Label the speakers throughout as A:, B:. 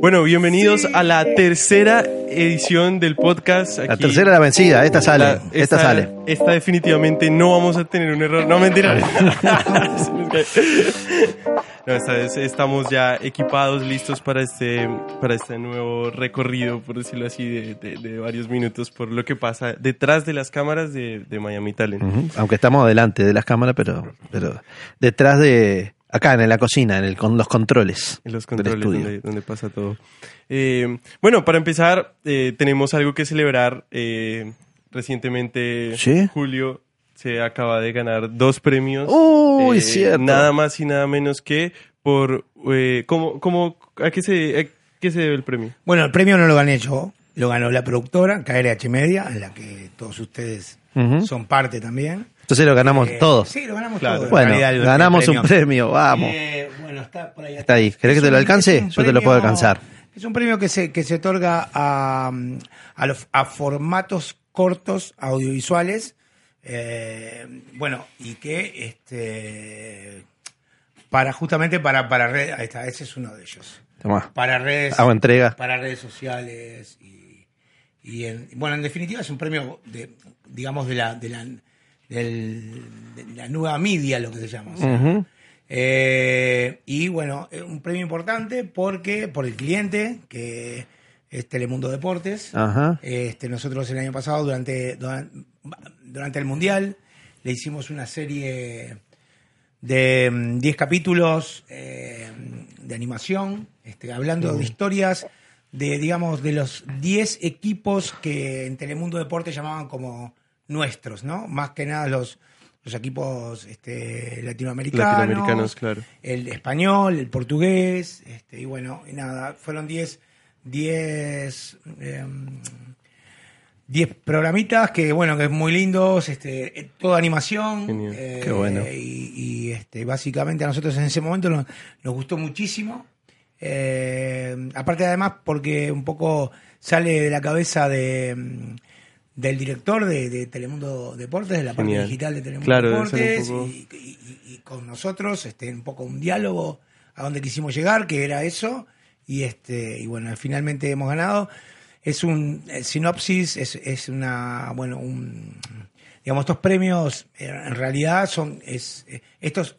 A: Bueno, bienvenidos a la tercera edición del podcast.
B: La tercera la vencida, esta sale,
A: Uh, La-
B: esta, sale.
A: Esta definitivamente no vamos a tener un error. No, mentira. no, esta vez estamos ya equipados, listos para este, para este nuevo recorrido, por decirlo así, de, de- de varios minutos por lo que pasa detrás de las cámaras de, de Miami Talent.
B: Ujú. Aunque estamos delante de las cámaras, pero, pero detrás de acá en la cocina, en el con los controles,
A: En los
B: del
A: controles
B: estudio.
A: donde, donde pasa todo. Eh, bueno, para empezar, eh, tenemos algo que celebrar. eh, recientemente,
B: ¿Sí?
A: Julio se acaba de ganar dos premios.
B: Uy,
A: Eh,
B: cierto.
A: Nada más y nada menos que por... Eh, ¿cómo, cómo, a, qué se, a qué se debe el premio?
C: Bueno, el premio no lo gané yo, lo ganó la productora, KRH Media, en la que todos ustedes
B: Ujú.
C: son parte también.
B: Entonces lo ganamos
C: Eh,
B: todos.
C: Sí, lo ganamos
A: Claro.
C: todos.
B: bueno,
C: en realidad, el- el
B: ganamos un
C: premio.
B: premio, vamos.
C: Eh, bueno, está por ahí.
B: Está ahí. ¿Querés que
C: Es
B: te lo
C: un-
B: alcance?
C: es un
B: Yo te lo puedo
C: premio-
B: alcanzar.
C: Es un premio que se, que se otorga a, mm, a los, a formatos cortos audiovisuales. eh, bueno, y que este para justamente para, para redes, ahí está, ese es uno de ellos.
B: Tomá.
C: Para redes,
B: Hago entrega.
C: para redes sociales y, y en- bueno, en definitiva es un premio de, digamos, de la, de la, del- de la nueva media, lo que se llama. o sea,
B: Ujú.
C: eh, y bueno, eh, un premio importante porque por el cliente, que es Telemundo Deportes.
B: Ajá.
C: Este, nosotros el año pasado, durante, duran- durante el Mundial, le hicimos una serie de mm, 10 capítulos eh, de animación, este, hablando de historias de, digamos, de los 10 equipos que en Telemundo Deporte llamaban como nuestros, ¿no? Más que nada los, los equipos este,
A: Latinoamericanos, claro.
C: el español, el portugués, este, y bueno, y nada, fueron 10 10 em, 10 programitas que bueno, que es muy lindos, este, eh, toda animación,
A: Genial.
C: eh,
B: Qué bueno.
C: y, y, este, básicamente a nosotros en ese momento nos, nos gustó muchísimo. Eh, aparte además porque un poco sale de la cabeza de mm, del director de, de Telemundo Deportes, de la parte
A: Genial.
C: digital de Telemundo
A: Claro, debe ser un
C: Deportes,
A: poco-
C: y- y, y- y con nosotros, este, un poco un diálogo a donde quisimos llegar, que era eso, y este, y bueno, finalmente hemos ganado. Es un eh, sinopsis, es, es una, bueno, un, digamos, estos premios eh, en realidad son, es, eh, estos,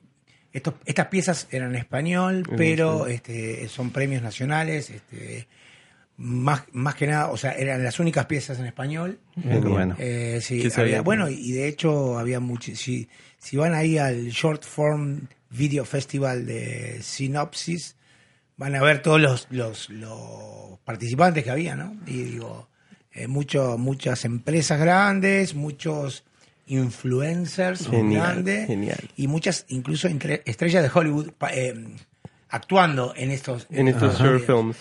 C: estos, estas piezas eran en español, pero este, son premios nacionales, este, más, más que nada, o sea, eran las únicas piezas en español.
B: Qué bueno.
C: Eh, sí,
A: Que se
C: había-
A: había-
C: bueno, y de hecho había mucho. Si, si van ahí al Short Form Video Festival de Sinopsis, van a ver todos los, los, los participantes que había, ¿no? Y digo, eh, mucho- muchas empresas grandes, muchos influencers
A: Genial,
C: grandes
A: genial.
C: y muchas incluso entre- estrellas de Hollywood pa- eh, actuando en estos
A: En estos short
C: videos.
A: films.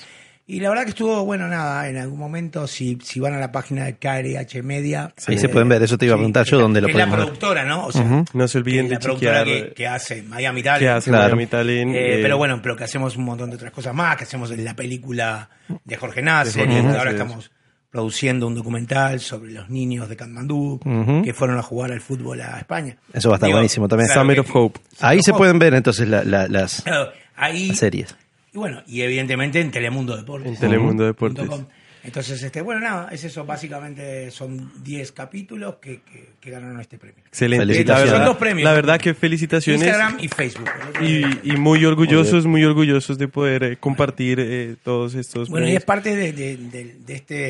C: Y la verdad que estuvo, bueno, nada, en algún momento, si, si van a la página de KRH Media.
B: Ahí se pueden ver, eso te iba a preguntar yo, ¿dónde lo
C: que es la
B: podemos ver?
C: productora, ¿no? O sea,
B: ¿Mm?
A: No se
C: que
A: olviden
C: es
A: de
C: Eh, la productora
A: chequear
C: que, que hace Miami Talent.
A: qué hace
B: Claro.
A: Miami Talent.
C: Eh,
A: eh,
C: pero bueno, pero que hacemos un montón de otras cosas más, que hacemos la película de Jorge Nace,
A: De Jorge
C: que
A: Nace,
C: ahora
A: de
C: estamos produciendo un documental sobre los niños de Katmandú
B: Ujú.
C: que fueron a jugar al fútbol a España.
B: Eso va a estar buenísimo también.
C: claro
A: Summer
C: que-
A: of Hope.
B: Ahí se
C: Ojo.
B: pueden ver entonces la- la- las
C: Claro, Ahí,
B: series.
C: y bueno, y evidentemente en Telemundo Deportes.
A: En Telemundo Deportes.
C: Punto com. Entonces, este, bueno, nada, es eso. Básicamente son 10 capítulos que, que- que ganaron este premio.
A: Excelente. La
B: Felicitaciones.
A: verdad,
B: Son
C: dos premios.
A: La verdad que felicitaciones.
C: Instagram y Facebook. El otro
A: Y,
C: día.
A: y muy orgullosos, muy orgullosos de poder eh, compartir eh, todos estos
C: bueno, y
A: premios.
C: es parte de, de- de- de este,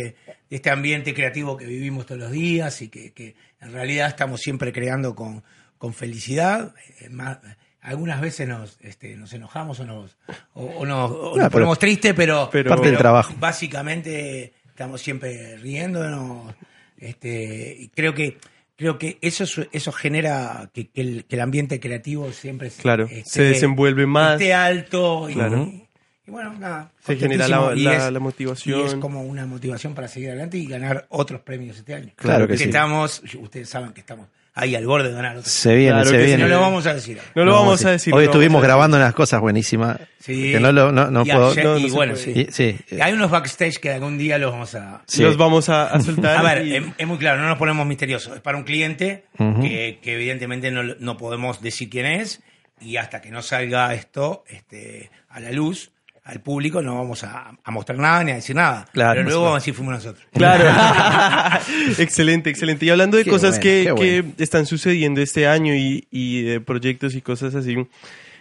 C: de este ambiente creativo que vivimos todos los días y que, que en realidad estamos siempre creando con, con felicidad. Eh, más- algunas veces nos, este, nos enojamos o nos, o, o nos, o nos
B: pero-
C: ponemos tristes, pero,
A: pero-
B: Parte del trabajo.
C: Básicamente estamos siempre riéndonos. Este, y creo que creo que eso es- eso genera que, que el, que el ambiente creativo siempre es-
A: Claro, se desenvuelve más.
C: esté alto y,
A: Claro.
C: y Y bueno, nada.
A: Se genera la,
C: contentísimo. Y
A: la- la
C: es- Y es
A: motivación.
C: como una motivación para seguir adelante y ganar otros premios este año.
B: Claro que sí.
C: estamos, ustedes saben que estamos ahí al borde de ganar otros.
B: Se viene,
A: Claro
B: se
A: que sí,
B: viene.
C: No lo vamos a decir. ahora.
A: No lo vamos a decir.
B: Hoy
A: no lo
B: estuvimos
A: vamos a
B: grabando unas cosas buenísimas.
C: Sí.
B: Que no, lo, no, no
C: Y
B: puedo.
C: ayer-
A: no, no
C: y
A: se
C: bueno,
A: puede.
C: sí.
B: Y- sí.
C: Hay unos backstage que algún día los vamos a...
B: Sí.
A: Los vamos a, a soltar.
C: A ver, em-
A: y-
C: es, es muy claro, no nos ponemos misteriosos. Es para un cliente
B: Ujú.
C: que, que evidentemente no, no podemos decir quién es y hasta que no salga esto este, a la luz, al público, no vamos a, a mostrar nada ni a decir nada.
B: Claro,
C: Pero
B: no
C: luego
B: sé.
C: vamos a decir fuimos nosotros.
A: Claro. excelente, excelente. Y hablando de
B: Qué
A: cosas
B: bueno,
A: que,
B: qué
A: que
B: bueno.
A: están sucediendo este año y, y de proyectos y cosas así,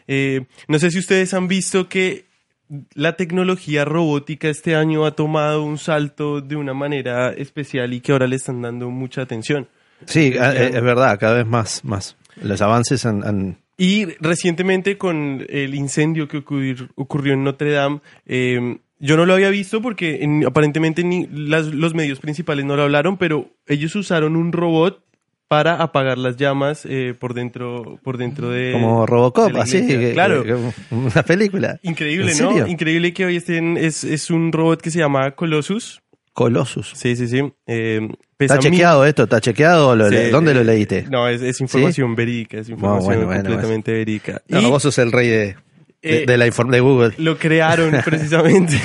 A: eh, no sé si ustedes han visto que la tecnología robótica este año ha tomado un salto de una manera especial y que ahora le están dando mucha atención.
B: Sí, a- es es verdad, cada vez más, más. Los avances han, han-
A: Y recientemente con el incendio que ocurrir- ocurrió en Notre Dame, eh, yo no lo había visto porque en- aparentemente ni las- los medios principales no lo hablaron, pero ellos usaron un robot para apagar las llamas eh, por dentro por dentro de
B: como
A: de
B: Robocop,
A: la
B: así,
A: iglesia.
B: que-
A: claro
B: que- una película.
A: increíble
B: ¿En
A: no
B: serio?
A: increíble que hoy estén es, es un robot que se llama Colossus
B: Colossus.
A: sí sí sí eh, pesa
B: Está
A: mil-
B: chequeado esto, está chequeado. Lo
A: Sí,
B: le- ¿Dónde lo
A: eh,
B: leíste?
A: no es, es información verídica es información
B: bueno, bueno,
A: completamente verídica
B: No,
A: Y-
B: vos sos el rey de, de-
A: Eh,
B: de la inform- de Google.
A: Lo crearon precisamente.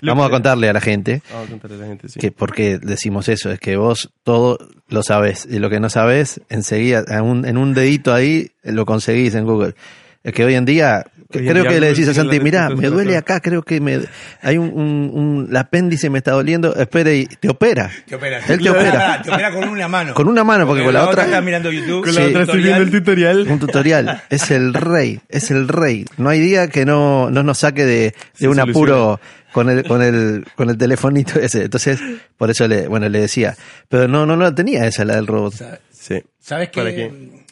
A: Lo
B: Vamos a
A: crea-
B: contarle a la gente
A: Vamos a contarle a la gente, sí.
B: que por qué decimos eso. Es que vos todo lo sabés. Y lo que no sabés, enseguida, en un, en un dedito ahí, lo conseguís en Google. Es que hoy en día, que-
A: Hoy en día
B: creo que
A: Google
B: le decís a
A: tiene la
B: Santi, mirá, me
A: respuesta
B: duele
A: para
B: acá, creo que me hay un, un- un- el apéndice me está doliendo. Espere, y te opera.
C: Te opera.
B: Él te opera.
C: Te opera con una mano. Eh,
B: Con una mano, porque con la otra...
C: está mirando YouTube.
A: Con la
B: Sí.
A: otra estoy viendo el tutorial.
B: Un tutorial. Es el rey, es el rey. No hay día que no, no nos saque de, de
A: Se
B: un
A: soluciona.
B: apuro con el, con el, con el telefonito ese. Entonces, por eso le, bueno, le decía. Pero no, no, no tenía esa, la del robot.
C: Sa-
A: Sí.
C: ¿Sabes que
A: ¿Para qué?
C: mm,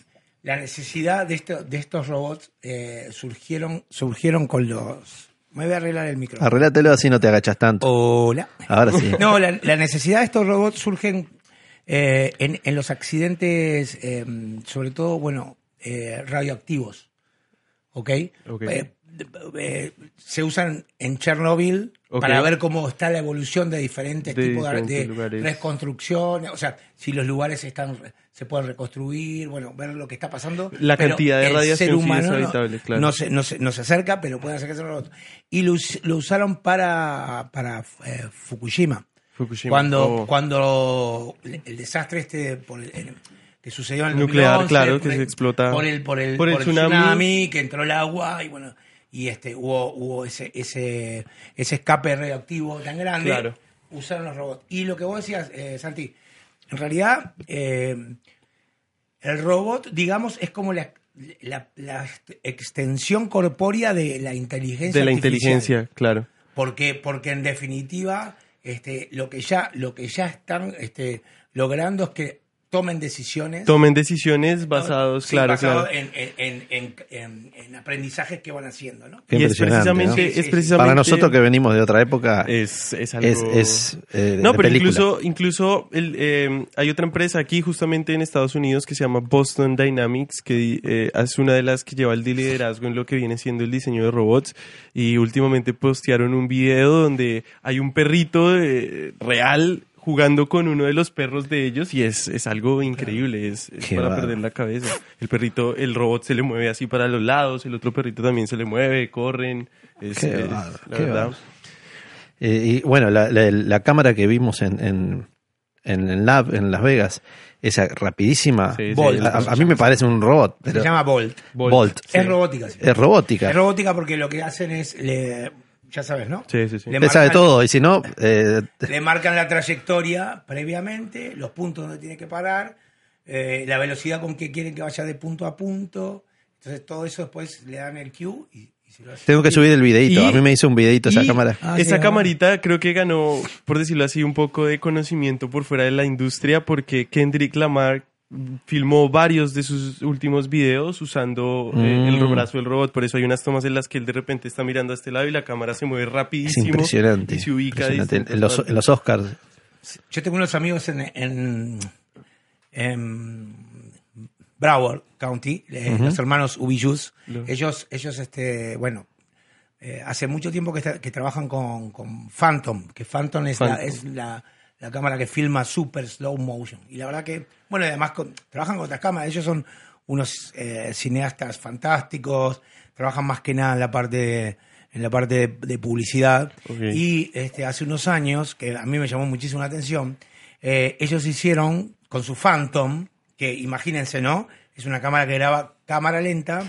C: La necesidad de, esto- de estos robots eh, surgieron, surgieron con los... Me voy a arreglar el micrófono.
B: Arrélátelo así no te agachas
A: Oh.
B: tanto.
C: Hola.
B: Ahora sí.
C: No, la, la necesidad de estos robots surgen eh, en, en los accidentes, eh, sobre todo, bueno, eh, radioactivos. ¿Ok?
A: Ok.
C: Eh, eh, se usan en Chernobyl
A: Ok.
C: para ver cómo está la evolución de diferentes
A: De
C: tipos de-
A: diferentes
C: de,
A: lugares.
C: reconstrucciones, o sea, si los lugares están se pueden reconstruir, bueno, ver lo que está pasando.
A: La
C: Pero
A: cantidad de
C: el
A: radiación
C: ser
A: sí es
C: humano no-
A: habitable, claro.
C: no se, no, se, no se acerca, pero pueden acercarse a los otros. Y lo, us- lo usaron para, para eh, Fukushima.
A: Fukushima.
C: Cuando,
A: Oh.
C: cuando el, el desastre este por el- el- que sucedió en el
A: Nuclear,
C: 2011,
A: claro,
C: por
A: que
C: el-
A: se explota.
C: Por el, por el,
A: Por el
C: por el
A: tsunami.
C: tsunami. que entró el agua y bueno, y este, hubo, hubo ese, ese, ese escape radioactivo tan grande.
A: Claro.
C: Usaron los robots. Y lo que vos decías, eh, Santi, en realidad, eh, el robot, digamos, es como la, la- la ext- extensión corpórea de la inteligencia.
A: De la
C: artificial.
A: inteligencia, claro.
C: Porque, porque en definitiva, este, lo que ya, lo que ya están este, logrando es que tomen decisiones.
A: Tomen decisiones basadas,
C: Sí,
A: claro,
C: basado
A: claro.
C: En, en- en- en- en aprendizajes que van haciendo, ¿no?
B: Qué
A: Y es
B: impresionante, ¿no?
A: precisamente,
C: Sí, sí,
A: es
C: sí.
A: precisamente.
B: Para nosotros que venimos de otra época,
A: Es,
B: es,
A: es algo.
B: es, eh,
A: No, pero
B: de película.
A: incluso, incluso el, eh, hay otra empresa aquí justamente en Estados Unidos que se llama Boston Dynamics, que eh, es una de las que lleva el liderazgo en lo que viene siendo el diseño de robots. Y últimamente postearon un video donde hay un perrito eh, real jugando con uno de los perros de ellos y es, es algo increíble, es, es
B: Qué
A: para
B: bárbaro.
A: perder la cabeza. El perrito, el robot se le mueve así para los lados, el otro perrito también se le mueve, corren. Es,
B: Qué
A: eh,
B: bárbaro,
A: la
B: qué
A: verdad.
B: bárbaro. Eh, y bueno, la, la- la cámara que vimos en, en, en el lab en Las Vegas, esa rapidísima,
A: Sí, sí,
C: Bolt.
B: a, a mí me parece un robot, pero
C: Se llama Bolt.
B: Bolt.
A: Sí.
C: Es robótica. sí.
B: es robótica.
C: Es robótica porque lo que hacen es, le- ya sabes, ¿no?
A: Sí, sí, sí.
C: Le
B: Usted sabe
C: marcan-
B: todo, y si no, eh,
C: Le marcan la trayectoria previamente, los puntos donde tiene que parar, eh, la velocidad con que quieren que vaya de punto a punto. Entonces todo eso después le dan el cue y, y se lo hace.
B: tengo que subir el videito.
A: Y-
B: A mí me hizo un videito esa
A: Y
B: cámara.
C: Ah, sí,
A: esa
C: ahora.
A: camarita creo que ganó, por decirlo así, un poco de conocimiento por fuera de la industria porque Kendrick Lamar filmó varios de sus últimos videos usando eh, el
B: Mm.
A: brazo del robot. Por eso hay unas tomas en las que él de repente está mirando a este lado y la cámara se mueve
B: Es
A: rapidísimo.
B: impresionante.
A: Y se ubica. a
B: impresionante.
A: distintas
B: En, los,
A: partes.
B: en los Oscars.
C: Yo tengo unos amigos en, en, en Broward County, eh, los hermanos Ubiyus.
A: Lo-
C: Ellos, ellos, este, bueno, eh, hace mucho tiempo que, está- que trabajan con, con Phantom, que Phantom es, La,
A: Phantom.
C: es la, la cámara que filma super slow motion. Y la verdad que, bueno, y además con- trabajan con otras cámaras, ellos son unos eh, cineastas fantásticos, trabajan más que nada en la parte de, en la parte de, de publicidad.
A: Ok.
C: Y este, hace unos años, que a mí me llamó muchísimo la atención, eh, ellos hicieron con su Phantom, que imagínense, ¿no? Es una cámara que graba cámara lenta,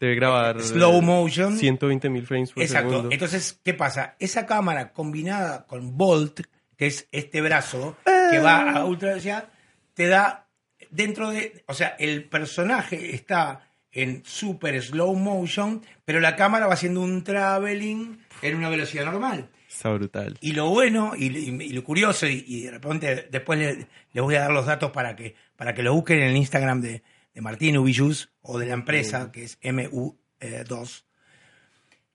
A: Debe grabar.
C: Slow motion.
A: 120 mil frames por
C: Exacto.
A: segundo.
C: Entonces, ¿qué pasa? Esa cámara combinada con Volt, que es este brazo que va a ultra velocidad, te da dentro de. O sea, el personaje está en super slow motion, pero la cámara va haciendo un traveling en una velocidad normal.
A: Está brutal.
C: Y lo bueno y, y- y lo curioso, y, y de repente después le- les voy a dar los datos para que, para que lo busquen en el Instagram de, de Martín Ubillus o de la empresa que es MU2,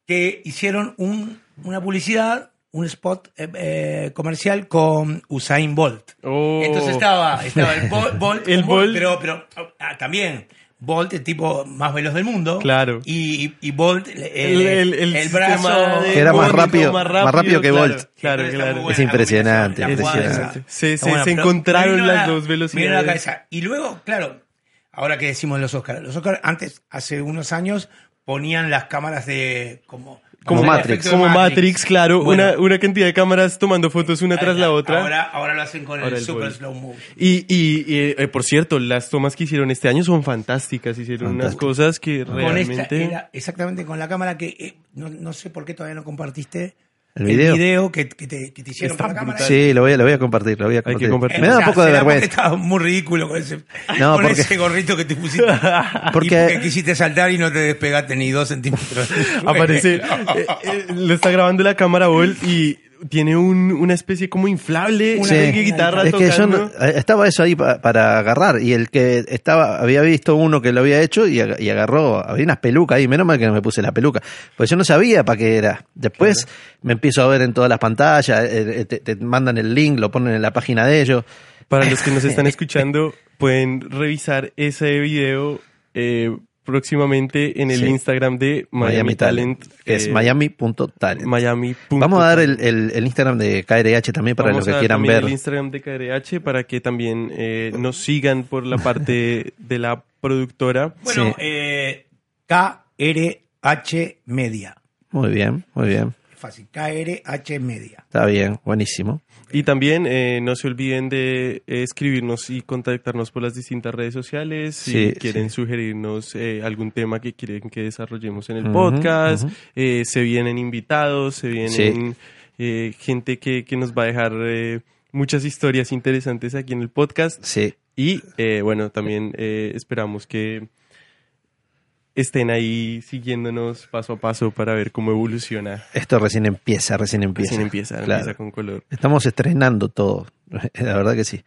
C: que hicieron un- una publicidad, un spot eh, eh, comercial con Usain Bolt.
A: Oh.
C: Entonces estaba, estaba el Bol- Bolt,
A: El
C: como Bolt,
A: Bolt.
C: pero, pero ah, también Bolt, el tipo más veloz del mundo.
A: Claro.
C: Y, y Bolt, el,
A: El, el, el
C: el brazo.
A: sistema de
B: Que era más
A: bonito,
B: rápido, más rápido que
A: claro,
B: Bolt.
A: Claro,
C: Está muy
A: claro.
C: buena
B: Es impresionante,
C: la combinación, la
B: impresionante.
C: jugada esa.
A: Se-
C: Está
A: se- se
C: pero
A: encontraron
C: me vino
A: las dos
C: me vino
A: velocidades.
C: la cabeza. Y luego, claro, ahora que decimos los Oscars, los Oscars antes, hace unos años, ponían las cámaras de como,
B: Como
C: el
B: Matrix.
C: efecto de
A: Como Matrix, claro.
C: Bueno,
A: una, una cantidad de cámaras tomando fotos una tras la otra.
C: Ahora, ahora lo hacen con
A: Ahora
C: el
A: el
C: super
A: Bolt.
C: slow motion.
A: Y, y, y, eh, por cierto, las tomas que hicieron este año son fantásticas. Hicieron
B: Fantástico.
A: unas cosas que
C: Con
A: realmente.
C: esta era exactamente con la cámara que eh, no, no sé por qué todavía no compartiste
B: El video.
C: que, que te, que te hicieron
A: Está
C: con la cámara.
A: brutal.
B: Sí, lo voy, a, lo voy a compartir, lo voy a
A: que compartir.
B: compartir. Me da
C: O
B: un
C: sea,
B: poco de
C: será porque
B: vergüenza.
C: Estabas muy ridículo con ese,
B: No,
C: con
B: porque-
C: ese gorrito que te pusiste.
B: Porque-
C: Y porque quisiste saltar y no te despegaste ni dos centímetros.
A: Aparece. eh, eh, lo está grabando la cámara Bolt y tiene un, una especie como inflable.
C: Una
A: Una
B: Sí.
A: guitarra
B: es que yo
A: tocando.
B: no- eh, estaba eso ahí pa- para agarrar y el que estaba había visto uno que lo había hecho y, ag- y agarró había unas pelucas ahí menos mal que no me puse la peluca pues yo no sabía para qué era después me empiezo a ver en todas las pantallas eh, eh, te, te mandan el link lo ponen en la página de ellos
A: Para los que nos están escuchando, pueden revisar ese video eh, próximamente en el
B: Sí.
A: Instagram de Miami, Talent.
B: que es
A: eh,
B: miami.talent
A: Miami.
B: vamos a dar el, el- el Instagram de KRH también para
A: Vamos
B: los
A: a
B: que
A: dar
B: quieran
A: también
B: ver
A: el Instagram de KDH para que también eh, nos sigan por la parte de la productora.
C: Bueno,
B: Sí.
C: eh, KRH Media.
B: muy bien muy bien
C: Fácil, KRH Media.
B: está bien buenísimo
A: Y también eh, no se olviden de eh, escribirnos y contactarnos por las distintas redes sociales. Si
B: Sí,
A: quieren sugerirnos eh, algún tema que quieren que desarrollemos en el
B: Ujú,
A: podcast,
B: ujú.
A: eh, se vienen invitados, se vienen eh, gente que, que nos va a dejar eh, muchas historias interesantes aquí en el podcast.
B: sí
A: Y eh, bueno, también eh, esperamos que estén ahí siguiéndonos paso a paso para ver cómo evoluciona.
B: esto recién empieza recién empieza
A: Recién em- empieza,
B: Claro.
A: empieza con color.
B: Estamos estrenando todo, la verdad que sí.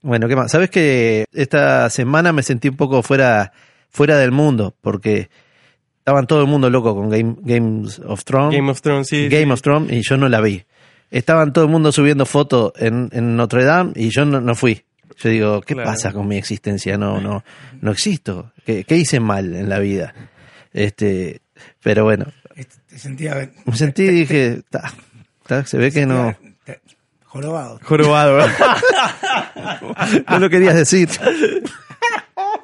B: Bueno, ¿qué más? Sabes que esta semana me sentí un poco fuera, fuera del mundo, porque estaban todo el mundo loco con Game, Games of Thrones,
A: Game of Thrones, sí.
B: Game
A: sí.
B: of Thrones, y yo no la vi. Estaban todo el mundo subiendo fotos en, en Notre Dame y yo no, no fui. Yo digo, ¿qué
A: Claro.
B: pasa con mi existencia? No, no, no existo. ¿Qué, qué hice mal en la vida? Este, pero bueno,
C: Este, Te sentía.
B: me sentí y dije, "Ta, ta, se ve que no,
C: te- jorobado. ¿eh?
A: Jorobado.
B: no lo querías decir.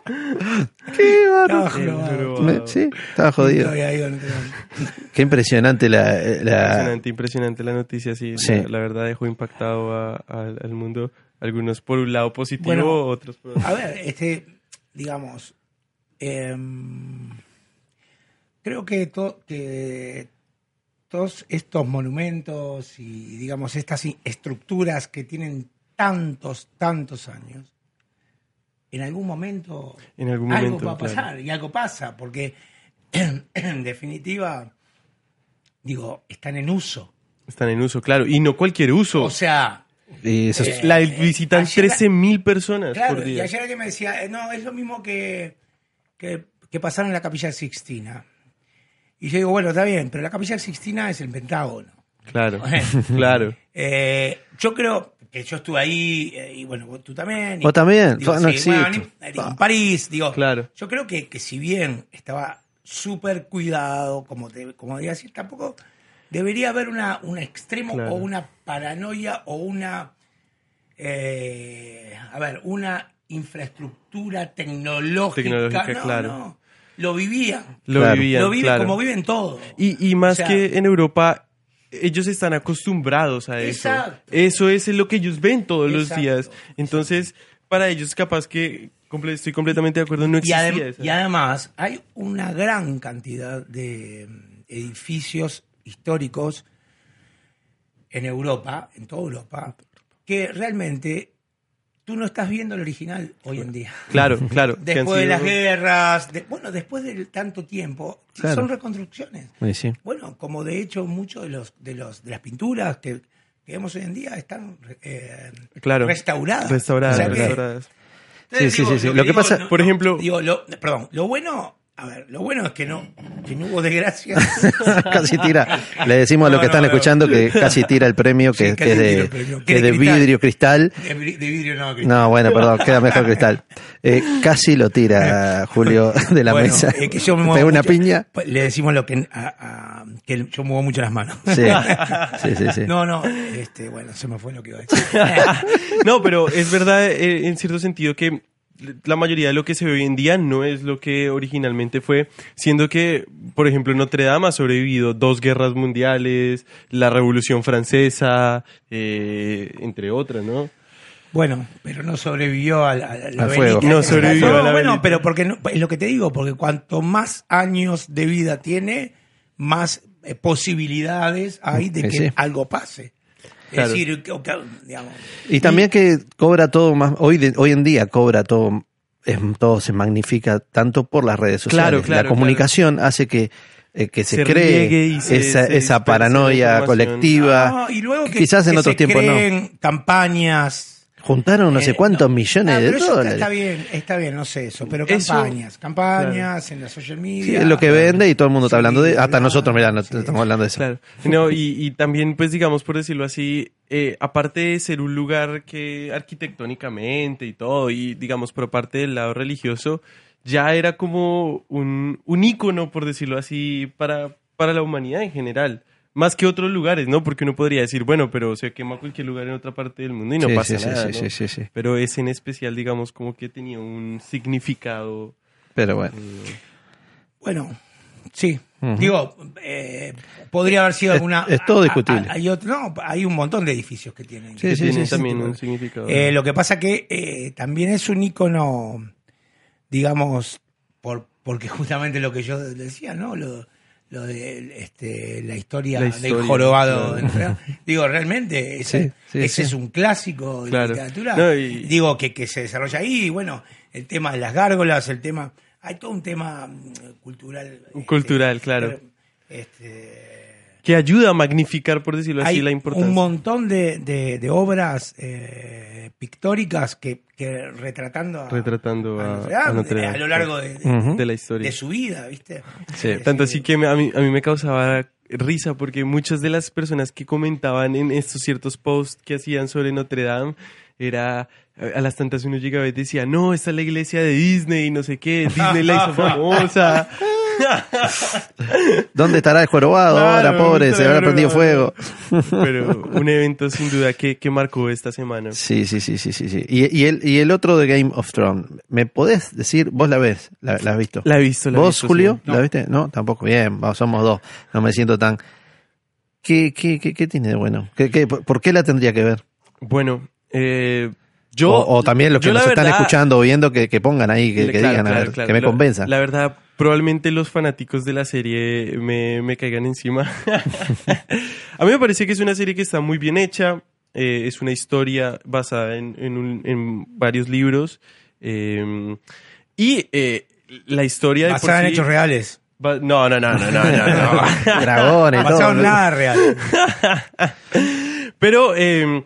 B: Qué bárbaro.
C: Estaba jorobado.
A: ah,
B: Me- sí, estaba jodido.
C: Todavía digo, no te-
B: Qué impresionante la, la-
A: Impresionante, impresionante la noticia, sí.
B: Sí.
A: La, la verdad dejó impactado a- al- al mundo. Algunos por un lado positivo,
C: Bueno.
A: otros por
C: A ver, este, digamos, em, creo que, to- que todos estos monumentos y, digamos, estas i- estructuras que tienen tantos, tantos años, en algún momento,
A: En algún
C: algo
A: momento,
C: va a
A: claro.
C: pasar y algo pasa, porque en definitiva, digo, están en uso.
A: Están en uso, claro. Y no cualquier uso.
C: O sea,
B: y eso
C: Eh.
B: es-
A: la visitan
C: ayer-
A: 13.000 personas
C: Claro,
A: por
C: y
A: día.
C: ayer alguien me decía, eh, no, es lo mismo que, que, que pasar en la Capilla Sixtina. Y yo digo, bueno, está bien, pero la Capilla Sixtina es el Pentágono.
A: Claro, claro.
C: Eh, yo creo que yo estuve ahí, eh, y bueno, vos- tú también. y-
B: Vos también,
C: digo,
B: no
C: sí, bueno,
B: existe.
C: ni- digo, en París, digo.
A: Claro.
C: Yo creo que, que si bien estaba súper cuidado, como, te, como diría así, tampoco debería haber una, un extremo
A: Claro.
C: o una paranoia o una, eh, a ver, una infraestructura tecnológica.
A: Tecnológica,
C: No,
A: claro.
C: no. Lo vivían.
A: Lo
B: Claro.
A: vivían,
C: lo viven
A: claro.
C: como viven todos.
A: Y, y más
C: O sea,
A: que en Europa, ellos están acostumbrados a eso.
C: Exacto.
A: Eso es lo que ellos ven todos los
C: Exacto,
A: días. Entonces, para ellos capaz que, comple- estoy completamente de acuerdo, no
C: y,
A: existía
C: adem-
A: esa-
C: y además hay una gran cantidad de mm, edificios históricos en Europa, en toda Europa, que realmente tú no estás viendo el original hoy en día.
A: Claro, claro. que han
C: Después de
A: sido-
C: las guerras, de- bueno, después de tanto tiempo,
B: Claro.
C: son reconstrucciones.
B: Sí, sí.
C: Bueno, como de hecho muchos de los de los de las pinturas que, que vemos hoy en día están eh,
A: Claro.
C: restauradas.
A: Restauradas,
C: O sea que-
A: restauradas.
C: entonces,
B: Sí, sí, sí, sí. Lo que
C: digo,
B: pasa-
A: por ejemplo-
C: digo, lo- perdón, lo bueno, a ver, lo bueno es que no, que no hubo desgracia.
B: casi tira. Le decimos a los
C: No,
B: que están
C: no, no.
B: escuchando que casi tira el premio
C: Sí,
B: que,
C: casi
B: que es
C: tira
B: de,
C: el premio.
B: que es de
C: De cristal.
B: vidrio cristal.
C: De, vi- de vidrio no, Cristian.
B: No, bueno, perdón, queda mejor cristal. Eh, casi lo tira Julio de la
C: Bueno,
B: mesa.
C: eh, que yo me muevo
B: Pega una
C: mucho.
B: piña.
C: Pues Le decimos lo que, a- a- que yo muevo mucho las manos.
B: Sí, sí, sí. sí.
C: No, no, este, bueno, se me fue lo que iba a decir.
A: No, pero es verdad eh, en cierto sentido que la mayoría de lo que se ve hoy en día no es lo que originalmente fue, siendo que, por ejemplo, Notre Dame ha sobrevivido dos guerras mundiales, la Revolución Francesa, eh, entre otras, ¿no?
C: Bueno, pero no sobrevivió al, al- a la
B: Al fuego.
C: velita.
A: No sobrevivió
C: No,
A: a la
C: bueno,
A: velita.
C: pero porque no- es lo que te digo, porque cuanto más años de vida tiene, más eh, posibilidades hay de
B: Sí,
C: que
B: sí.
C: algo pase.
A: Claro.
C: Es decir, que- que- digamos,
B: Y también que cobra todo más, hoy, de- hoy en día cobra todo, es- todo se magnifica tanto por las redes sociales.
A: Claro, claro,
B: la comunicación hace que, eh, que se,
A: Se riegue
B: cree
A: y se-
B: esa,
A: se
B: esa
A: disperse la
B: paranoia
A: información. Ah,
B: colectiva.
C: No, y luego que,
B: quizás en
C: que
B: otros
C: se
B: tiempos no.
C: creen campañas.
B: Juntaron no sé
C: eh,
B: cuántos
C: no.
B: millones
C: Ah,
B: de
C: pero eso está-
B: dólares.
C: Está bien, está bien, no sé eso, pero
A: Eso-
C: campañas, campañas en la social media.
B: Sí, es lo que vende y todo el mundo está
C: Sí,
B: hablando de... Hasta
C: claro,
B: nosotros, mirá, no,
C: sí.
B: estamos hablando de eso.
A: Claro. No, y, y también, pues digamos, por decirlo así, eh, aparte de ser un lugar que arquitectónicamente y todo, y digamos, por parte del lado religioso, ya era como un, un ícono, por decirlo así, para, para la humanidad en general. Más que otros lugares, ¿no? Porque uno podría decir, bueno, pero se quema cualquier lugar en otra parte del mundo y no
B: Sí,
A: pasa
B: sí, sí,
A: nada.
B: sí,
A: ¿no?
B: sí, sí, sí.
A: Pero ese en especial, digamos, como que tenía un significado.
B: Pero bueno.
C: Bueno, sí. Digo, eh, podría haber sido
B: Es-
C: alguna.
B: es todo
C: a- a-
B: discutible.
C: hay otro- no, hay un montón de edificios que tienen.
B: Sí,
A: que
B: sí,
A: tiene
B: sí, sí,
A: también
B: sí,
A: un
B: sí.
A: significado.
C: Eh, lo que pasa que eh, también es un icono, digamos, por, porque justamente lo que yo decía, ¿no? Lo, lo de este, la, historia
A: La historia,
C: del jorobado.
A: claro.
C: de Notre Dame. Digo, realmente, ese,
B: Sí, sí,
C: ese
B: sí.
C: es un clásico de
A: Claro.
C: la literatura.
A: No, y-
C: Digo, que, que se desarrolla ahí. Y bueno, el tema de las gárgolas, el tema. Hay todo un tema mm, cultural. este,
A: Cultural, claro.
C: Este,
A: que ayuda a magnificar, por decirlo así,
C: hay
A: la importancia.
C: un montón de, de- de obras eh, pictóricas que, que retratando a,
A: Retratando a-
C: Notre Dame,
A: a Notre
C: eh,
A: Dame,
C: lo largo de, de-
B: Ujú.
A: de la historia. Eh,
C: de su vida, ¿viste? Este,
B: Sí.
C: Es
A: Tanto así
C: decir,
A: que me- a, mí, a mí me causaba risa porque muchas de las personas que comentaban en estos ciertos posts que hacían sobre Notre Dame era eh, a a las tantas uno llegaba y decía, no, esta es la iglesia de Disney, no sé qué, Disney la hizo famosa.
B: ¿Dónde estará el jorobado
A: Claro,
B: ahora,
A: ¿dónde
B: pobre? Se
A: estará
B: habrá
A: el
B: prendido fuego.
A: jorobado? Pero un evento sin duda que, que marcó esta semana.
B: Sí, sí, sí, sí, sí. sí. Y, y el, y el otro de Game of Thrones, ¿me podés decir? Vos la ves, la, la has visto.
A: La he visto. La he
B: ¿Vos,
A: visto,
B: Julio?
A: sí.
B: ¿La viste? No, tampoco. Bien, vamos, somos dos. No me siento tan... ¿Qué, qué, qué, qué tiene de bueno? ¿Qué, qué, por por qué la tendría que ver?
A: Bueno, eh, yo...
B: o, o también los que
A: yo la
B: nos están
A: verdad-
B: escuchando o viendo que, que pongan ahí, que,
A: Le-
B: que
A: claro,
B: digan, a
A: claro,
B: ver,
A: claro.
B: que me
A: La-
B: convenzan.
A: La verdad, probablemente los fanáticos de la serie me, me caigan encima. a mí me parece que es una serie que está muy bien hecha. eh, es una historia basada en, en un- en varios libros. eh, y eh, la historia de por
C: Basada en
A: sí-
C: hechos reales.
A: va- no, no, no, no, no, no, no.
B: Dragones,
C: Basado
B: todo.
C: en nada real.
A: Pero eh,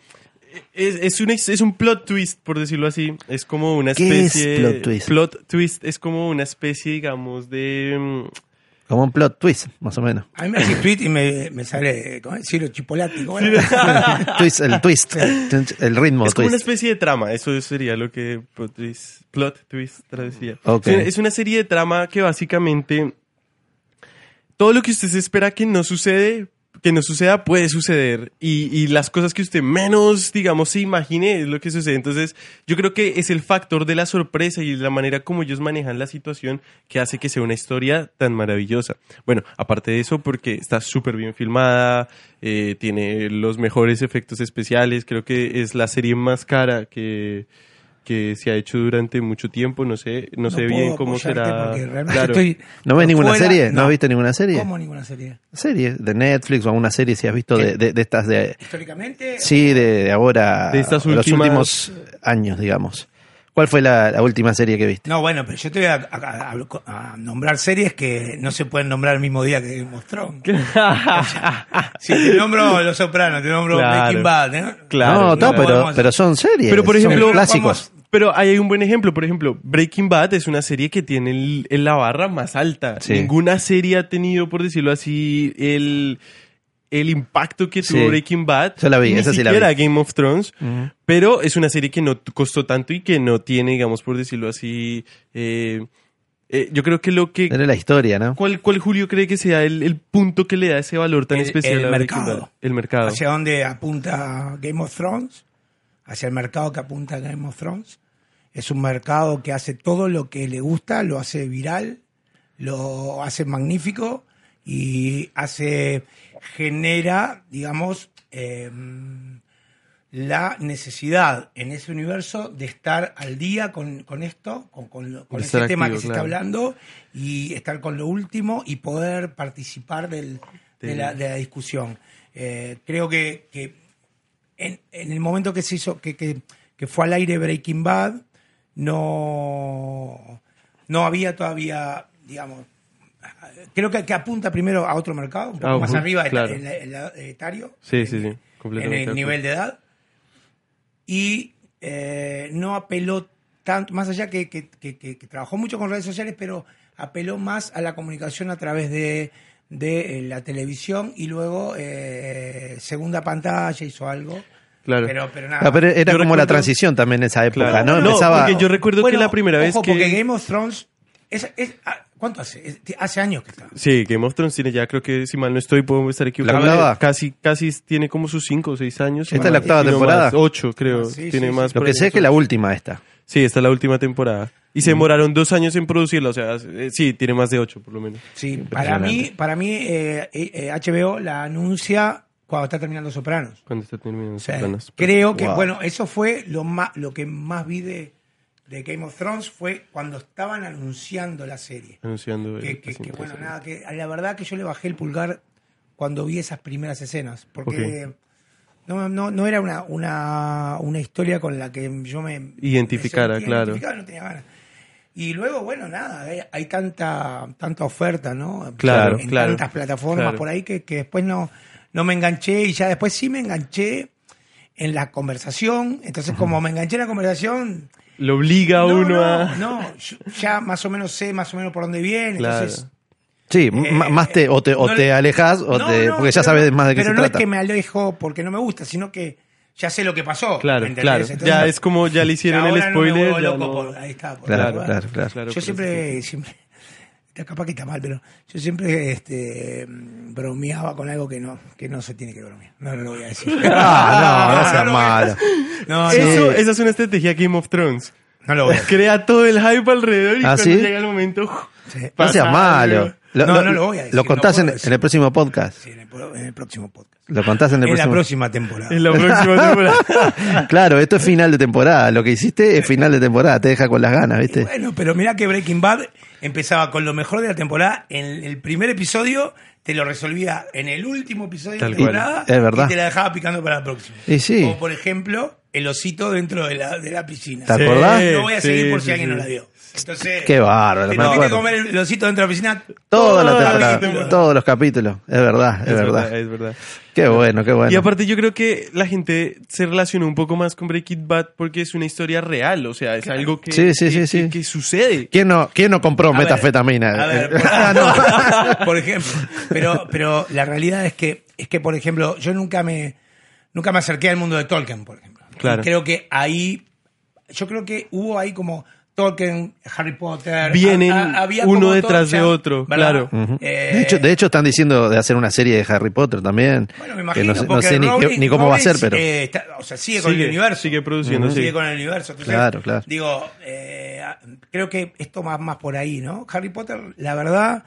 A: es, es un, es un plot twist, por decirlo así. Es como una
B: ¿Qué es
A: especie.
B: plot twist?
A: Plot twist es como una especie, digamos, de. mm,
B: Como un plot twist, más o menos.
C: A mí me hace tweet y me, me sale, eh, ¿cómo es? Ciro Chipolati. ¿cómo era? Ah,
B: twist, el twist, el ritmo pues.
A: Es como una
B: twist.
A: especie de trama, eso sería lo que plot twist, plot twist traducía.
B: Ok.
A: Es una- Es una serie de trama que básicamente todo lo que usted se espera que no sucede, que no suceda, puede suceder. Y, y las cosas que usted menos, digamos, se imagine es lo que sucede. Entonces, yo creo que es el factor de la sorpresa y la manera como ellos manejan la situación que hace que sea una historia tan maravillosa. Bueno, aparte de eso, porque está súper bien filmada, eh, tiene los mejores efectos especiales, creo que es la serie más cara que que se ha hecho durante mucho tiempo, no sé, no, sé bien cómo será. Claro.
B: ¿No ves ninguna serie? ¿No has visto ninguna serie?
C: ¿Cómo ninguna serie?
B: Serie de Netflix o alguna serie si has visto de, de- de estas de
C: Históricamente,
B: sí de, de ahora
A: De estas
B: los
A: últimas-
B: últimos años, digamos. ¿Cuál fue la, la última serie que viste?
C: No, bueno, pero yo te voy a, a- a- a nombrar series que no se pueden nombrar el mismo día que mostró. Sí, te nombro Los Sopranos, te nombro
A: Claro.
C: Breaking Bad, ¿eh?
A: Claro, claro.
B: no, no, pero,
C: Podemos-
B: pero son series.
A: Pero por
B: son
A: ejemplo,
B: clásicos.
A: vamos- pero ahí hay un buen ejemplo, por ejemplo, Breaking Bad es una serie que tiene el- el- la barra más alta.
B: Sí.
A: Ninguna serie ha tenido, por decirlo así, el, el impacto que tuvo
B: Sí.
A: Breaking Bad.
B: Yo la vi,
A: Ni
B: esa sí la
A: siquiera
B: vi.
A: Game of Thrones, pero es una serie que no t- costó tanto y que no tiene, digamos, por decirlo así, eh, eh, yo creo que lo que...
B: Era la historia, ¿no?
A: ¿Cuál, cuál Julio cree que sea el, el punto que le da ese valor tan
C: El-
A: especial
C: el
A: a Breaking
C: mercado.
A: Bad? El mercado.
C: hacia dónde apunta Game of Thrones, hacia el mercado que apunta Game of Thrones. Es un mercado que hace todo lo que le gusta, lo hace viral, lo hace magnífico y hace genera, digamos, eh, la necesidad en ese universo de estar al día con, con esto, con, con, lo- con
A: De
C: ese
A: estar
C: tema
A: activo,
C: que se
A: claro.
C: está hablando y estar con lo último y poder participar del, de,
A: Del-
C: la, de la discusión. Eh, creo que, que en, en el momento que se hizo, que, que- que fue al aire Breaking Bad, no, no había todavía, digamos, creo que, que apunta primero a otro mercado, un poco
A: Ah,
C: más
A: ujú,
C: arriba
A: claro.
C: en, la- en la- etario,
A: Sí, sí, sí.
C: en
A: Completamente. de
C: el
A: acuerdo.
C: nivel de edad, y eh, no apeló tanto, más allá que, que- que- que- que trabajó mucho con redes sociales, pero apeló más a la comunicación a través de, de eh, la televisión y luego eh, segunda pantalla hizo algo.
A: Claro.
C: Pero, pero nada.
B: Ah, pero era
A: Yo
B: como la
A: recuerdo-
B: transición también en esa época,
A: Claro.
B: ¿no?
A: No,
B: Empezaba-
A: porque yo recuerdo que la primera vez
C: ojo,
A: que-
C: Porque Game of Thrones. es- es- ah, ¿Cuánto hace? Es- Hace años que está.
A: Sí, Game of Thrones tiene ya, creo que si mal no estoy, puedo estar equivocado.
B: La octava.
A: Casi, casi tiene como sus 5 o 6 años.
B: Esta es la octava
A: Si no
B: temporada.
A: más, Ocho, creo.
C: Ah, sí,
A: tiene
C: sí,
A: más.
B: lo
A: por
B: que
A: ahí.
B: sé es que la Mm. última esta.
A: Sí, esta es la última temporada. Y se demoraron dos años en producirla, o sea, eh, sí, tiene más de ocho, por lo menos.
C: Sí, para mí, para mí eh, eh, eh, HBO la anuncia cuando está terminando Sopranos.
A: Cuando está terminando.
C: O sea,
A: Sopranos.
C: creo que,
B: Wow.
C: bueno, eso fue lo más, lo que más vi de, de Game of Thrones fue cuando estaban anunciando la serie.
A: pues, Anunciando. el
C: Que, que- que,
A: presidente.
C: bueno, nada, que la verdad que yo le bajé el pulgar cuando vi esas primeras escenas, porque no, no, no era una, una, una historia con la que yo me
A: Identificara,
C: me sentía
A: claro.
C: identificado, no tenía ganas. Y luego, bueno, nada, hay, hay tanta, tanta oferta, ¿no?
A: Claro,
C: en
A: claro,
C: tantas plataformas
A: claro.
C: por ahí que, que después no, no me enganché y ya después sí me enganché en la conversación. Entonces, como me enganché en la conversación,
A: Lo obliga a
C: no,
A: uno
C: no,
A: a.
C: no, yo ya más o menos sé más o menos por dónde viene.
A: Claro.
C: Entonces,
B: Sí, m- más te, o te, o
C: Eh, no
B: te
C: le-
B: alejas, o
C: No,
B: te,
C: no,
B: porque ya
C: pero
B: sabes
C: no-
B: más de qué
C: Pero
B: se
C: no
B: trata.
C: es que me alejo porque no me gusta, sino que ya sé lo que pasó.
A: Claro,
C: ¿entendés?
A: claro.
C: Entonces,
A: ya es como ya le hicieron el
C: ahora no me
A: spoiler.
C: vuelvo
A: ya
C: loco
A: no-
C: por- ahí está. por
B: Claro,
C: ahí.
B: claro, claro.
A: Claro,
C: Yo
A: por
C: siempre, siempre, está capaz que está mal, pero yo siempre este, bromeaba con algo que no, que no se tiene que bromear. No, no lo voy a decir.
B: Ah, no, no
C: No,
B: seas
C: no, no.
B: malo.
C: No, no,
A: Eso, esa es una estrategia Game of Thrones.
C: no lo voy a decir.
A: Crea todo el hype alrededor y
B: Oh, ¿Ah,
A: cuando
B: sí?
A: llega el momento.
C: Sí.
B: No seas
A: pasa
B: malo.
A: algo.
C: No, no lo voy a decir,
B: Lo
C: no
B: contás
C: puedo
B: en,
C: decir.
B: en el próximo podcast.
C: Sí, en, el, pro- en el próximo podcast.
B: Lo contás en
C: En
B: el
C: la
B: próximo.
C: próxima temporada.
A: En la próxima temporada.
B: claro, esto es final de temporada. Lo que hiciste es final de temporada. Te deja con las ganas, ¿viste?
C: Bueno, pero mirá que Breaking Bad empezaba con lo mejor de la temporada. En el primer episodio te lo resolvía en el último episodio
A: Tal
C: de la
A: cual.
C: temporada
B: Es verdad.
C: y te la dejaba picando para el próximo.
B: Y sí.
C: Como por ejemplo, el osito dentro de la, de la piscina.
B: Tal-
C: Sí.
B: acordás?
A: Sí,
C: No voy a seguir
A: sí,
C: por si
A: sí,
C: alguien
A: sí.
C: no la vio. Entonces,
B: Qué bárbaro. me
C: te tuviste que
B: acuerdo.
C: comer el osito dentro de la piscina
B: Toda la
C: toda
B: temporada,
C: temporada.
B: todos los capítulos. Es verdad, es,
A: Es
B: verdad.
A: Es verdad.
B: Qué bueno, qué bueno.
A: Y aparte yo creo que la gente se relacionó un poco más con Breaking Bad porque es una historia real, o sea, es algo que,
B: Sí, sí,
A: que,
B: sí,
A: que-
B: sí.
A: que sucede.
B: ¿Quién no, quién no compró Eh,
C: ver,
B: metafetamina?
C: A ver,
A: Eh,
C: por,
A: Ah,
C: por ejemplo. Pero, pero la realidad es que, es que, por ejemplo, yo nunca me, nunca me acerqué al mundo de Tolkien, por ejemplo.
A: Claro.
C: Y Creo que ahí, yo creo que hubo ahí como Tolkien, Harry Potter.
A: Vienen
C: ha- ha- había
A: uno
C: como
A: detrás
C: todo,
A: de
C: o sea,
A: otro, claro.
C: ¿verdad?
B: Ujú.
C: Eh,
B: de, hecho, de hecho, están diciendo de hacer una serie de Harry Potter también.
C: bueno, me
B: que
C: imagino,
B: no sé, no
C: porque
B: sé ni, qué-
C: Rowling-
B: ni cómo va a ser,
C: Rowling,
B: pero.
C: eh, está- o sea, sigue con
A: Sigue,
C: el universo.
A: sigue produciendo,
C: Sigue
A: sí.
C: con el universo. Entonces,
B: Claro, claro.
C: Digo, eh, creo que esto va más por ahí, ¿no? Harry Potter, la verdad,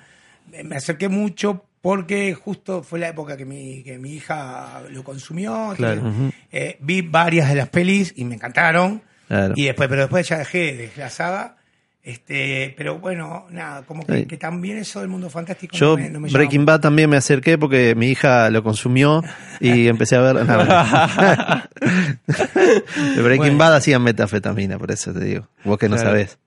C: me- me acerqué mucho porque justo fue la época que mi, que mi hija lo consumió.
A: Claro.
C: Entonces, eh, vi varias de las pelis y me encantaron.
B: Claro.
C: Y después, pero después ya dejé de la saga. Este, pero bueno, nada, como que,
B: Sí.
C: que también eso del mundo fantástico
B: Yo
C: no me, no me llama
B: Breaking Bad también me acerqué porque mi hija lo consumió y empecé a ver. no, no. De Breaking
C: Bueno.
B: Bad hacían metafetamina, por eso te digo. Vos que no
A: Claro.
B: sabés.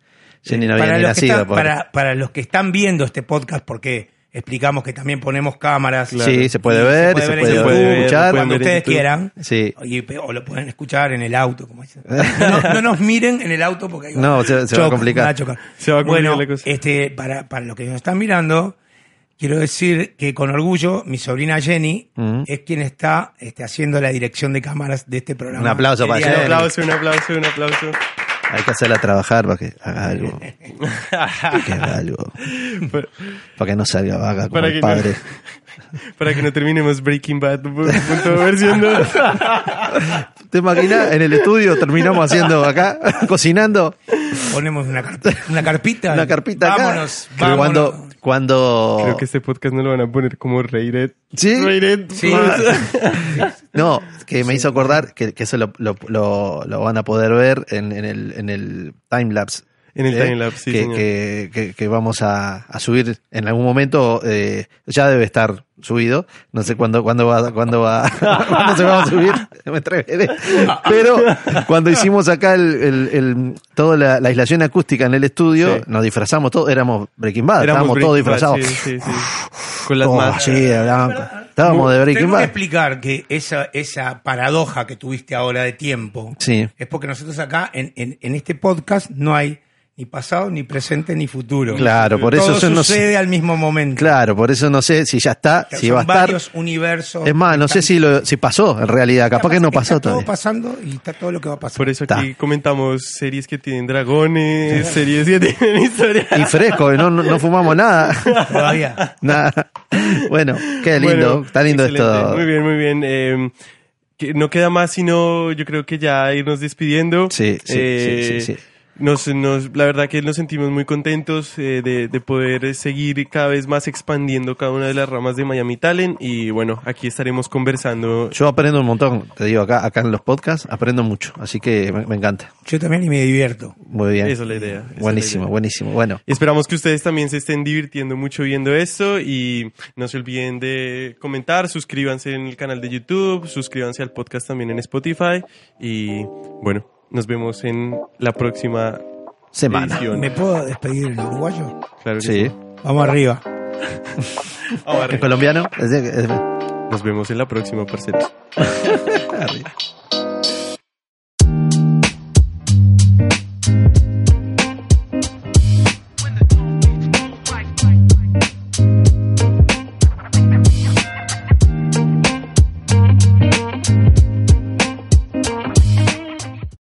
B: Jenny no había
C: para,
B: ni
C: los que
B: nacido.
C: están-
B: pobre.
C: para, para los que están viendo este podcast, porque explicamos que también ponemos cámaras.
B: Sí, se puede ver y se
C: en
B: puede
C: YouTube,
A: ver,
B: escuchar.
C: Cuando
A: pueden ver en
C: ustedes
A: YouTube.
C: quieran.
B: Sí.
C: Y- o lo pueden escuchar en el auto, como dicen. No, no nos miren en el auto porque ahí va-
B: No, se- se va a complicar.
C: chocar.
A: Se va a complicar
C: bueno,
A: la cosa.
C: Este, para, para los que nos están mirando, quiero decir que con orgullo mi sobrina Jenny
B: Ujú.
C: es quien está este, haciendo la dirección de cámaras de este programa.
B: Un aplauso
C: El
B: para
C: día
A: Un
C: de
B: Jenny.
C: hoy.
A: aplauso, un aplauso, un aplauso.
B: Hay que hacerla trabajar para que haga algo. Que haga algo.
A: Para,
B: Para que no salga vaga como
A: Para
B: el
A: que no-
B: padre.
A: para que no terminemos Breaking Bad. Punto versión dos.
B: ¿Te imaginas? En el estudio terminamos haciendo acá, cocinando.
C: Ponemos una, carp- una carpita.
B: Una carpita acá.
C: Vámonos,
B: Pero
C: vámonos.
B: Cuando, cuando...
A: Creo que este podcast no lo van a poner como Rated.
B: Oh. ¿Sí?
A: Rated.
C: Sí.
B: No, que me hizo acordar que, que eso lo, lo, lo- lo van a poder ver en, en el, en el timelapse.
A: En el
B: ¿eh?
A: timelapse, sí,
B: que,
A: señor.
B: que, que- que vamos a, a subir en algún momento. eh, ya debe estar subido. No sé cuándo, cuándo va, cuándo va, cuándo se va a subir. No me atreveré. Pero cuando hicimos acá el, el- el- toda la, la aislación acústica en el estudio,
A: Sí.
B: nos disfrazamos todos. Éramos Breaking Bad, Ah, estábamos
A: Breaking
B: todos
A: Bad,
B: disfrazados.
A: Sí, sí, sí. Con las
B: Oh,
A: máscaras.
B: sí, hablábamos- estábamos de Breaking
C: Tengo que
B: Bad.
C: explicar que esa, esa paradoja que tuviste ahora de tiempo
B: Sí.
C: es porque nosotros acá en, en- en este podcast no hay ni pasado, ni presente, ni futuro.
B: Claro, por eso
C: Todo
B: yo no sé.
C: sucede al mismo momento.
B: Claro, por eso no sé si ya está,
C: O sea,
B: si
C: son
B: va a estar.
C: varios universos.
B: Es más, no sé si lo, si pasó en realidad, capaz que no
C: Está
B: pasó
C: todo
B: todavía.
C: pasando y está todo lo que va a pasar.
A: Por eso
B: Está.
A: aquí comentamos series que tienen dragones, series que tienen historia.
B: Y fresco, no, no, no fumamos nada.
C: Todavía.
B: nada. Bueno, qué lindo,
A: Bueno,
B: está lindo
A: excelente.
B: esto.
A: Muy bien, muy bien. Eh, que no queda más sino, yo creo que ya irnos despidiendo. Eh,
B: Sí, sí, sí, sí, sí.
A: Nos, nos- la verdad que nos sentimos muy contentos eh, de, de poder seguir cada vez más expandiendo cada una de las ramas de Miami Talent y bueno, aquí estaremos conversando.
B: Yo aprendo un montón, te digo, acá, acá en los podcasts aprendo mucho, así que me, me encanta.
C: Yo también y me divierto.
B: Muy bien.
A: Esa es la idea, esa es la
B: Buenísimo,
A: idea.
B: buenísimo. Bueno,
A: Esperamos que ustedes también se estén divirtiendo mucho viendo esto y no se olviden de comentar, suscríbanse en el canal de YouTube, suscríbanse al podcast también en Spotify y bueno, nos vemos en la próxima
B: semana.
A: edición.
C: ¿Me puedo despedir en uruguayo?
A: Claro que
B: Sí.
A: sí.
C: Vamos arriba.
A: Ahora,
B: ¿Es colombiano? Es de- es de-
A: nos vemos en la próxima, parceros.
B: arriba.